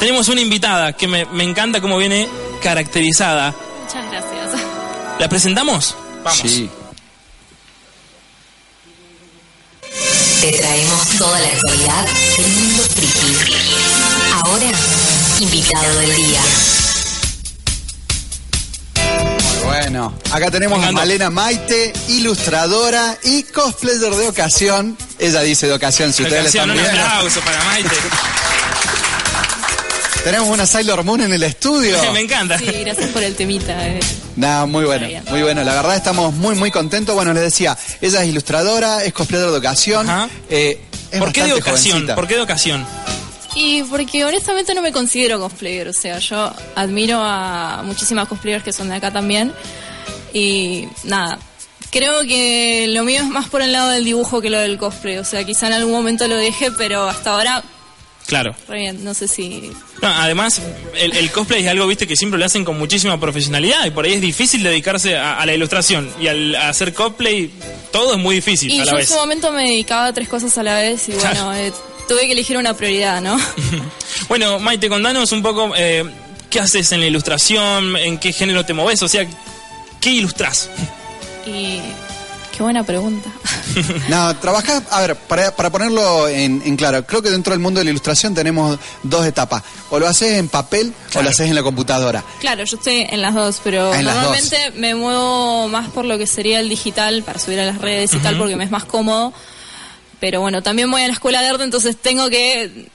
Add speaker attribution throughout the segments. Speaker 1: Tenemos una invitada que me, me encanta cómo viene caracterizada.
Speaker 2: Muchas gracias.
Speaker 1: ¿La presentamos? Vamos.
Speaker 3: Sí.
Speaker 4: Te traemos toda la actualidad del mundo friki. Ahora, invitado del día.
Speaker 3: Bueno, acá tenemos a
Speaker 1: Fernando.
Speaker 3: Malena Maite, ilustradora y cosplayer de ocasión. Ella dice de ocasión, si
Speaker 1: La
Speaker 3: ustedes le
Speaker 1: canción,
Speaker 3: están
Speaker 1: un
Speaker 3: viendo.
Speaker 1: aplauso para Maite.
Speaker 3: Tenemos una Sailor Moon en el estudio.
Speaker 1: me encanta.
Speaker 2: Sí, gracias por el temita. eh.
Speaker 3: Nada, muy bueno,
Speaker 2: Está bien.
Speaker 3: muy bueno. La verdad estamos muy, muy contentos. Bueno, les decía, ella es ilustradora, es cosplayer de ocasión.
Speaker 1: Ajá.
Speaker 3: eh, es
Speaker 1: ¿Por qué de
Speaker 3: bastante
Speaker 1: ocasión?
Speaker 3: jovencita.
Speaker 1: ¿Por qué de ocasión?
Speaker 2: Y porque honestamente no me considero cosplayer, o sea, yo admiro a muchísimas cosplayers que son de acá también. Y nada, creo que lo mío es más por el lado del dibujo que lo del cosplay, o sea, quizá en algún momento lo deje, pero hasta ahora,
Speaker 1: Claro.
Speaker 2: re bien, no sé si...
Speaker 1: No, además, el, el cosplay es algo, viste, que siempre lo hacen con muchísima profesionalidad y por ahí es difícil dedicarse a, a la ilustración y al a hacer cosplay todo es muy difícil
Speaker 2: Y
Speaker 1: a la
Speaker 2: yo en
Speaker 1: vez.
Speaker 2: su momento me dedicaba a tres cosas a la vez y bueno, eh, tuve que elegir una prioridad, ¿no?
Speaker 1: Bueno, Maite, contanos un poco eh, qué haces en la ilustración, en qué género te moves, o sea, ¿qué ilustras?
Speaker 2: Y qué buena pregunta.
Speaker 3: No, trabajás, a ver, para, para ponerlo en, en claro, creo que dentro del mundo de la ilustración tenemos dos etapas. O lo haces en papel o
Speaker 1: Claro.
Speaker 3: lo haces en la computadora.
Speaker 2: Claro, yo estoy en las dos, pero
Speaker 3: Ah, en las
Speaker 2: normalmente me muevo más por lo que sería el digital para subir a las redes y tal, porque me es más cómodo. Pero bueno, también voy a la escuela de arte, entonces tengo que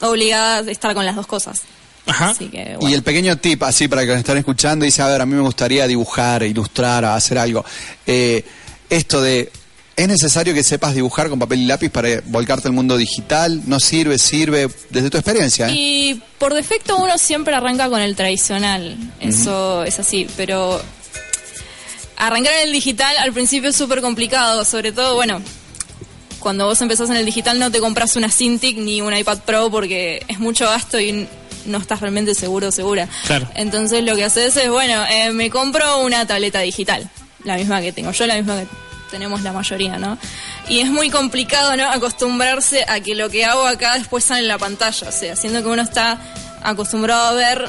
Speaker 2: obligada a estar con las dos cosas.
Speaker 1: Ajá.
Speaker 2: Así que
Speaker 3: Y
Speaker 2: bueno.
Speaker 3: el pequeño tip, así para que nos están escuchando, dice, a ver, a mí me gustaría dibujar, ilustrar, hacer algo. Eh, esto de, ¿es necesario que sepas dibujar con papel y lápiz para volcarte al mundo digital? ¿No sirve? ¿Sirve? Desde tu experiencia, ¿eh?
Speaker 2: Y por defecto uno siempre arranca con el tradicional, eso es así, pero arrancar en el digital al principio es súper complicado, sobre todo, bueno, cuando vos empezás en el digital no te compras una Cintiq ni un iPad Pro porque es mucho gasto y n- no estás realmente seguro o segura.
Speaker 1: Claro.
Speaker 2: Entonces lo que haces es, bueno, eh, me compro una tableta digital, la misma que tengo yo, la misma que tenemos la mayoría, ¿no? Y es muy complicado, ¿no? Acostumbrarse a que lo que hago acá después sale en la pantalla, o sea, siendo que uno está acostumbrado a ver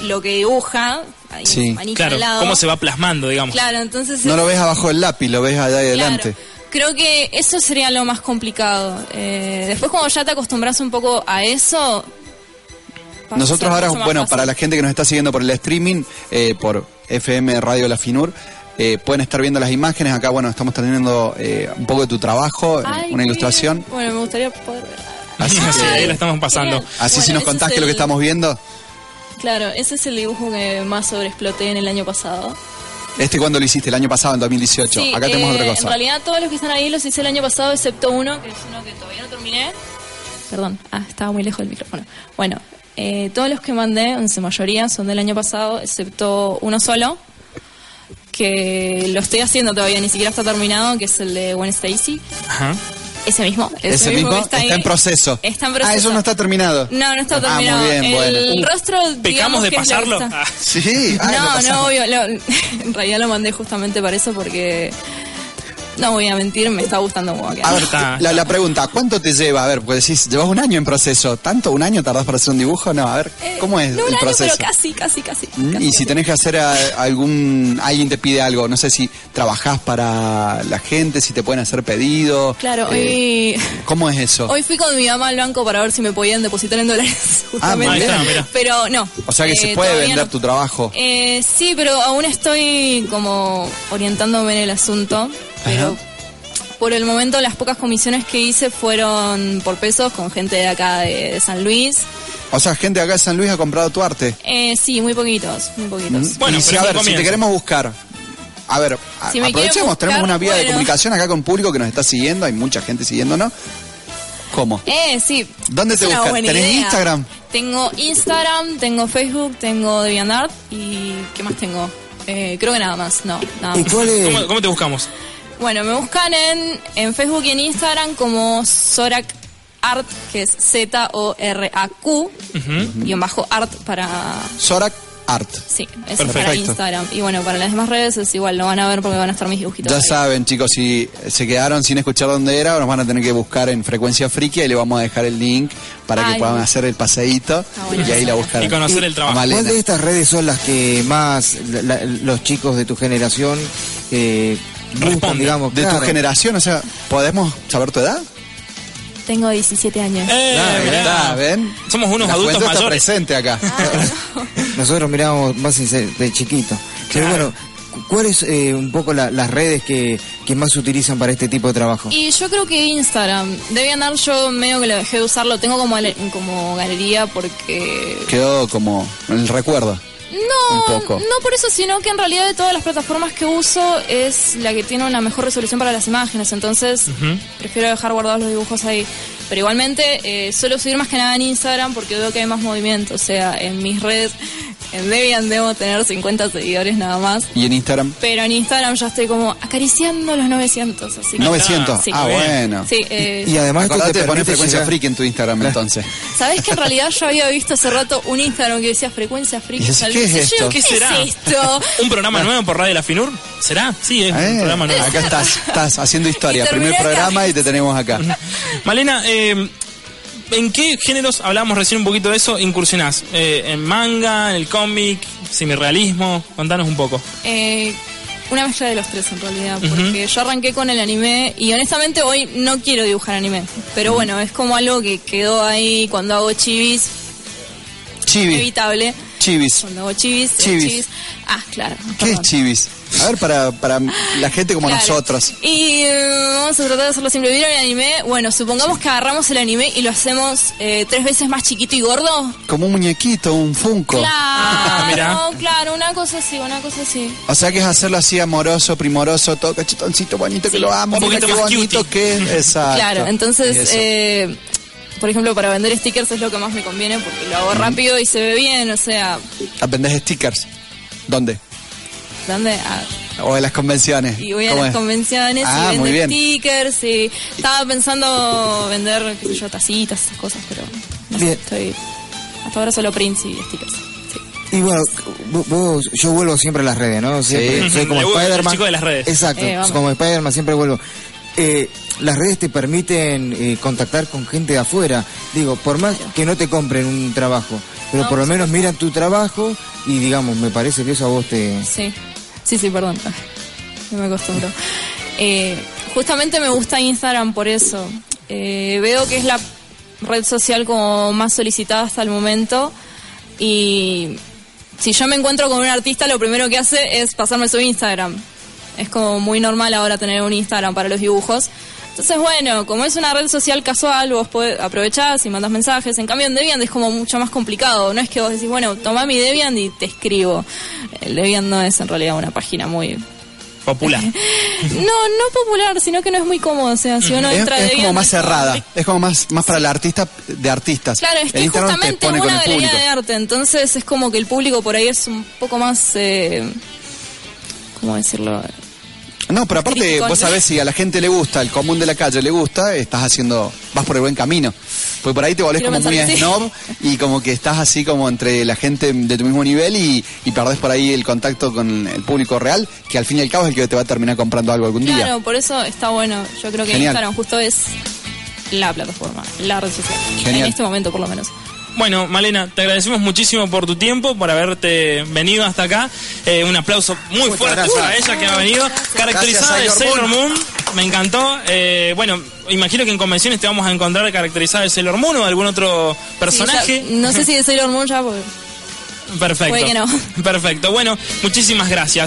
Speaker 2: lo que dibuja, ahí
Speaker 3: Sí,
Speaker 2: en su manita
Speaker 1: Claro,
Speaker 2: al lado.
Speaker 1: cómo se va plasmando, digamos.
Speaker 2: Claro, entonces
Speaker 3: No
Speaker 2: es-
Speaker 3: lo ves abajo del lápiz, lo ves allá adelante.
Speaker 2: Claro. Creo que eso sería lo más complicado. Eh, después cuando ya te acostumbras un poco a eso... pasa
Speaker 3: Nosotros
Speaker 2: a ser
Speaker 3: ahora,
Speaker 2: mucho más
Speaker 3: bueno,
Speaker 2: fácil.
Speaker 3: para la gente que nos está siguiendo por el streaming, eh, por FM Radio La Finur, eh, pueden estar viendo las imágenes. Acá, bueno, estamos teniendo eh, un poco de tu trabajo, eh,
Speaker 2: Ay,
Speaker 3: una
Speaker 2: qué
Speaker 3: ilustración.
Speaker 2: bien. Bueno, me gustaría poder ver.
Speaker 1: Así que ahí la estamos pasando.
Speaker 2: Genial.
Speaker 3: Así si
Speaker 2: Bueno,
Speaker 3: nos
Speaker 2: ese
Speaker 3: contás
Speaker 2: es
Speaker 3: que lo que
Speaker 2: el-
Speaker 3: estamos viendo,
Speaker 2: Claro, ese es el dibujo que más sobreexploté en el año pasado.
Speaker 3: este cuando lo hiciste, el año pasado, en 2018.
Speaker 2: Sí,
Speaker 3: Acá tenemos
Speaker 2: eh,
Speaker 3: otra
Speaker 2: En
Speaker 3: cosa.
Speaker 2: realidad todos los que están ahí los hice el año pasado, excepto uno, que es uno que todavía no terminé. Perdón, ah, estaba muy lejos del micrófono. Bueno, eh, todos los que mandé, en su mayoría, son del año pasado, excepto uno solo, que lo estoy haciendo todavía, ni siquiera está terminado, que es el de Gwen Stacy.
Speaker 1: Ajá.
Speaker 2: Ese mismo.
Speaker 3: Ese mismo
Speaker 2: que
Speaker 3: está,
Speaker 2: ahí.
Speaker 3: en proceso.
Speaker 2: Está en proceso.
Speaker 3: Ah, eso no está terminado.
Speaker 2: No, no está
Speaker 3: Ah,
Speaker 2: terminado.
Speaker 3: muy bien,
Speaker 2: el
Speaker 3: bueno.
Speaker 2: rostro, digamos
Speaker 1: ¿Pecamos de
Speaker 2: que es la
Speaker 1: pasarlo?
Speaker 2: vista.
Speaker 1: Ah,
Speaker 3: Sí, ay, lo
Speaker 2: No,
Speaker 3: pasamos.
Speaker 2: no, obvio. lo- en realidad lo mandé justamente para eso porque. No voy a mentir, me está gustando cómo va a
Speaker 3: A
Speaker 2: quedar.
Speaker 3: ver,
Speaker 1: Está.
Speaker 3: la, la pregunta, ¿cuánto te lleva? A ver, porque decís, llevas un año en proceso. ¿Tanto un año tardás para hacer un dibujo? No, a ver,
Speaker 2: Eh,
Speaker 3: ¿cómo es
Speaker 2: no un
Speaker 3: el
Speaker 2: año,
Speaker 3: proceso?
Speaker 2: pero casi, casi, casi.
Speaker 3: Mm,
Speaker 2: casi,
Speaker 3: Y si
Speaker 2: casi.
Speaker 3: tenés que hacer a- algún. alguien te pide algo, no sé si trabajás para la gente, si te pueden hacer pedidos.
Speaker 2: Claro,
Speaker 3: eh,
Speaker 2: hoy.
Speaker 3: ¿Cómo es eso?
Speaker 2: Hoy fui con mi mamá al banco para ver si me podían depositar en dólares,
Speaker 3: muy
Speaker 2: justamente.
Speaker 3: bien. Ah, Ahí está,
Speaker 1: mira.
Speaker 2: pero no.
Speaker 3: o sea que
Speaker 2: eh,
Speaker 3: se puede
Speaker 2: todavía
Speaker 3: vender
Speaker 2: no.
Speaker 3: tu trabajo.
Speaker 2: Eh, sí, pero aún estoy como orientándome en el asunto. Pero por el momento las pocas comisiones que hice fueron por pesos con gente de acá de, de San Luis.
Speaker 3: O sea, gente acá de San Luis ha comprado tu arte.
Speaker 2: Eh, sí, muy poquitos, muy poquitos.
Speaker 1: Bueno,
Speaker 3: Y si,
Speaker 1: pero
Speaker 3: a
Speaker 1: es un
Speaker 3: ver, si
Speaker 1: comienzo.
Speaker 3: te queremos buscar. A ver, a-
Speaker 2: Si me quieren
Speaker 3: aprovechemos,
Speaker 2: buscar,
Speaker 3: tenemos una vía de
Speaker 2: bueno.
Speaker 3: comunicación acá con público que nos está siguiendo, hay mucha gente siguiéndonos. ¿Cómo?
Speaker 2: Eh, sí.
Speaker 3: ¿Dónde
Speaker 2: Es
Speaker 3: te
Speaker 2: una
Speaker 3: buscan?
Speaker 2: buena
Speaker 3: ¿Tenés
Speaker 2: idea.
Speaker 3: Instagram?
Speaker 2: Tengo Instagram, tengo Facebook, tengo DeviantArt y ¿qué más tengo? Eh, creo que nada más, no, nada
Speaker 5: ¿Y
Speaker 2: más.
Speaker 5: cuál es?
Speaker 1: ¿Cómo, cómo te buscamos?
Speaker 2: Bueno, me buscan en, en Facebook y en Instagram como Zorak Art, que es Z-O-R-A-Q, y en bajo art para...
Speaker 3: Zorak Art.
Speaker 2: Sí, es
Speaker 1: Perfecto.
Speaker 2: para Instagram. Y bueno, para las demás redes es igual, lo van a ver porque van a estar mis dibujitos.
Speaker 3: Ya
Speaker 2: ahí.
Speaker 3: saben, chicos, si se quedaron sin escuchar dónde era, nos van a tener que buscar en Frecuencia Friki y le vamos a dejar el link para que
Speaker 2: Ay. Ah,
Speaker 3: puedan hacer el paseíto
Speaker 2: bueno,
Speaker 3: y ahí la
Speaker 2: sí.
Speaker 3: buscarán.
Speaker 1: Y conocer el trabajo.
Speaker 3: Malena.
Speaker 5: ¿Cuál de estas redes son las que más la- la- los chicos de tu generación eh, buscan,
Speaker 1: Responden.
Speaker 5: digamos?
Speaker 3: De
Speaker 5: claro.
Speaker 3: tu generación, o sea, ¿podemos saber tu edad? Ah,
Speaker 2: Tengo 17 años.
Speaker 1: Eh,
Speaker 3: Ahí
Speaker 1: mirá.
Speaker 3: está, ¿ven?
Speaker 1: Somos unos
Speaker 3: La
Speaker 1: adultos
Speaker 3: juventud está
Speaker 1: mayores.
Speaker 3: presente acá.
Speaker 2: Ah.
Speaker 5: Nosotros mirábamos más sincer- de chiquito. Pero
Speaker 1: Claro.
Speaker 5: bueno, cu- ¿cuáles eh, un poco la- las redes que, que más se utilizan para este tipo de trabajo?
Speaker 2: Y yo creo que Instagram. Debe andar yo medio que lo dejé de usar, lo tengo como, ale- como galería porque...
Speaker 3: Quedó como el recuerdo.
Speaker 2: No,
Speaker 3: Un poco.
Speaker 2: no por eso, sino que en realidad de todas las plataformas que uso es la que tiene una mejor resolución para las imágenes, entonces prefiero dejar guardados los dibujos ahí. Pero igualmente eh, suelo subir más que nada en Instagram porque veo que hay más movimiento, o sea, en mis redes, en Debian debo tener 50 seguidores nada más.
Speaker 3: Y en Instagram,
Speaker 2: Pero en Instagram ya estoy como acariciando los 900, así que...
Speaker 3: 900.
Speaker 2: Sí.
Speaker 3: Ah,
Speaker 1: Bien.
Speaker 3: bueno.
Speaker 2: Sí, eh,
Speaker 5: Y además esto
Speaker 3: Acordate
Speaker 5: te
Speaker 3: de poner
Speaker 5: permite
Speaker 3: Frecuencia
Speaker 5: llegar-
Speaker 3: Friki en tu Instagram, entonces.
Speaker 2: ¿Sabés que en realidad yo había visto hace rato un Instagram que decía frecuencia friki?
Speaker 3: Y decís,
Speaker 2: Tal
Speaker 3: ¿qué
Speaker 2: vez-
Speaker 3: es
Speaker 2: Y yo,
Speaker 3: esto?
Speaker 2: ¿Qué
Speaker 1: ¿Qué será?
Speaker 2: es esto?
Speaker 1: ¿Un programa nuevo por Radio La Finur? ¿Será? Sí, es un
Speaker 3: Eh,
Speaker 1: programa nuevo.
Speaker 3: acá estás, estás haciendo historia.
Speaker 2: Y terminé
Speaker 3: Primer
Speaker 2: acá.
Speaker 3: programa y te tenemos acá.
Speaker 1: Malena, eh, ¿en qué géneros, hablábamos recién un poquito de eso, incursionás? Eh, ¿En manga, en el cómic, semirealismo? Contanos un poco.
Speaker 2: Eh, una mezcla de los tres en realidad, porque yo arranqué con el anime y honestamente hoy no quiero dibujar anime, pero bueno, es como algo que quedó ahí cuando hago chivis,
Speaker 3: Chivis.
Speaker 2: inevitable.
Speaker 3: Chivis.
Speaker 2: Cuando hago chivis, eh,
Speaker 3: Chivis.
Speaker 2: Ah, claro.
Speaker 3: ¿Qué es
Speaker 2: perdón.
Speaker 3: chivis? A ver, para, para la gente como
Speaker 2: Claro.
Speaker 3: nosotros.
Speaker 2: Y eh, vamos a tratar de hacerlo simple. ¿Vieron el anime? Bueno, supongamos que agarramos el anime y lo hacemos eh, tres veces más chiquito y gordo.
Speaker 3: Como un muñequito, un funko.
Speaker 2: Claro,
Speaker 3: Ah,
Speaker 1: mirá.
Speaker 2: claro, una cosa así, una cosa así.
Speaker 3: O sea que es hacerlo así amoroso, primoroso, todo cachetoncito, bonito, que lo amo.
Speaker 1: Un
Speaker 3: mira
Speaker 1: poquito
Speaker 3: qué
Speaker 1: más
Speaker 3: bonito
Speaker 1: cutie.
Speaker 3: que es. Exacto.
Speaker 2: Claro,
Speaker 3: Eso.
Speaker 2: entonces, eh, por ejemplo, para vender stickers es lo que más me conviene porque lo hago rápido y se ve bien, o sea,
Speaker 3: ¿Vendés stickers? ¿Dónde?
Speaker 2: ¿dónde? Ah,
Speaker 3: ¿O en las convenciones?
Speaker 2: y voy a
Speaker 3: ¿Cómo
Speaker 2: las
Speaker 3: es?
Speaker 2: convenciones
Speaker 3: Ah,
Speaker 2: y
Speaker 3: muy
Speaker 2: vendo
Speaker 3: bien.
Speaker 2: stickers y estaba pensando vender, qué sé yo, tacitas, esas cosas, pero no sé,
Speaker 5: Bien.
Speaker 2: estoy... Hasta ahora solo prints y stickers. sí.
Speaker 5: Y bueno, vos- vos- yo vuelvo siempre a las redes, ¿no? Siempre
Speaker 3: Sí.
Speaker 5: Soy como
Speaker 1: Le gusta ser
Speaker 5: Spider-Man.
Speaker 1: chico de las redes.
Speaker 5: Exacto,
Speaker 2: Eh, vamos.
Speaker 5: como Spider-Man siempre vuelvo. Eh, las redes te permiten eh, contactar con gente de afuera. Digo, por más que no te compren un trabajo, pero por lo menos miran tu trabajo y digamos, me parece que eso a vos te...
Speaker 2: Sí, sí, sí, perdón. No me acostumbro. Eh, justamente me gusta Instagram por eso. Eh, veo que es la red social como más solicitada hasta el momento y si yo me encuentro con un artista lo primero que hace es pasarme su Instagram. Es como muy normal ahora tener un Instagram para los dibujos. Entonces, bueno, como es una red social casual, vos podés- aprovechás y mandás mensajes. En cambio, en Debian es como mucho más complicado. No es que vos decís, bueno, toma mi Debian y te escribo. El Debian no es en realidad una página muy...
Speaker 1: Popular.
Speaker 2: Eh, No, no popular, sino que no es muy cómodo. O sea, si uno
Speaker 3: Es,
Speaker 2: entra a
Speaker 3: es como
Speaker 2: Debian,
Speaker 3: más
Speaker 2: es
Speaker 3: cerrada, es como más, más para el artista de artistas.
Speaker 2: Claro, es
Speaker 3: El
Speaker 2: que
Speaker 3: Instagram te
Speaker 2: justamente
Speaker 3: pone
Speaker 2: es
Speaker 3: con
Speaker 2: una
Speaker 3: el
Speaker 2: galería
Speaker 3: público.
Speaker 2: de arte, entonces es como que el público por ahí es un poco más... eh, ¿Cómo decirlo?
Speaker 3: No, pero aparte,
Speaker 2: Crítico,
Speaker 3: vos
Speaker 2: ¿no?
Speaker 3: sabés si a la gente le gusta, al común de la calle le gusta, estás haciendo, vas por el buen camino. Porque por ahí te volvés
Speaker 2: Quiero
Speaker 3: como muy
Speaker 2: pensar que sí.
Speaker 3: snob y como que estás así como entre la gente de tu mismo nivel y, y perdés por ahí el contacto con el público real, que al fin y al cabo es el que te va a terminar comprando algo algún
Speaker 2: Claro,
Speaker 3: día.
Speaker 2: por eso está bueno. Yo creo que
Speaker 3: Genial.
Speaker 2: Instagram justo es la plataforma, la red social.
Speaker 3: Genial.
Speaker 2: En este momento, por lo menos.
Speaker 1: Bueno, Malena, te agradecemos muchísimo por tu tiempo, por haberte venido hasta acá. Eh, un aplauso muy
Speaker 5: Muchas
Speaker 1: fuerte
Speaker 5: gracias.
Speaker 1: para ella que ha venido. Caracterizada
Speaker 3: Gracias
Speaker 1: de
Speaker 3: a
Speaker 1: Sailor
Speaker 3: Sailor
Speaker 1: Moon, me encantó. Eh, bueno, imagino que en convenciones te vamos a encontrar caracterizada de Sailor Moon o de algún otro
Speaker 2: Sí, ya-
Speaker 1: personaje.
Speaker 2: no sé si de Sailor Moon ya, porque
Speaker 1: Perfecto.
Speaker 2: Puede que no.
Speaker 1: Perfecto. Bueno, muchísimas gracias.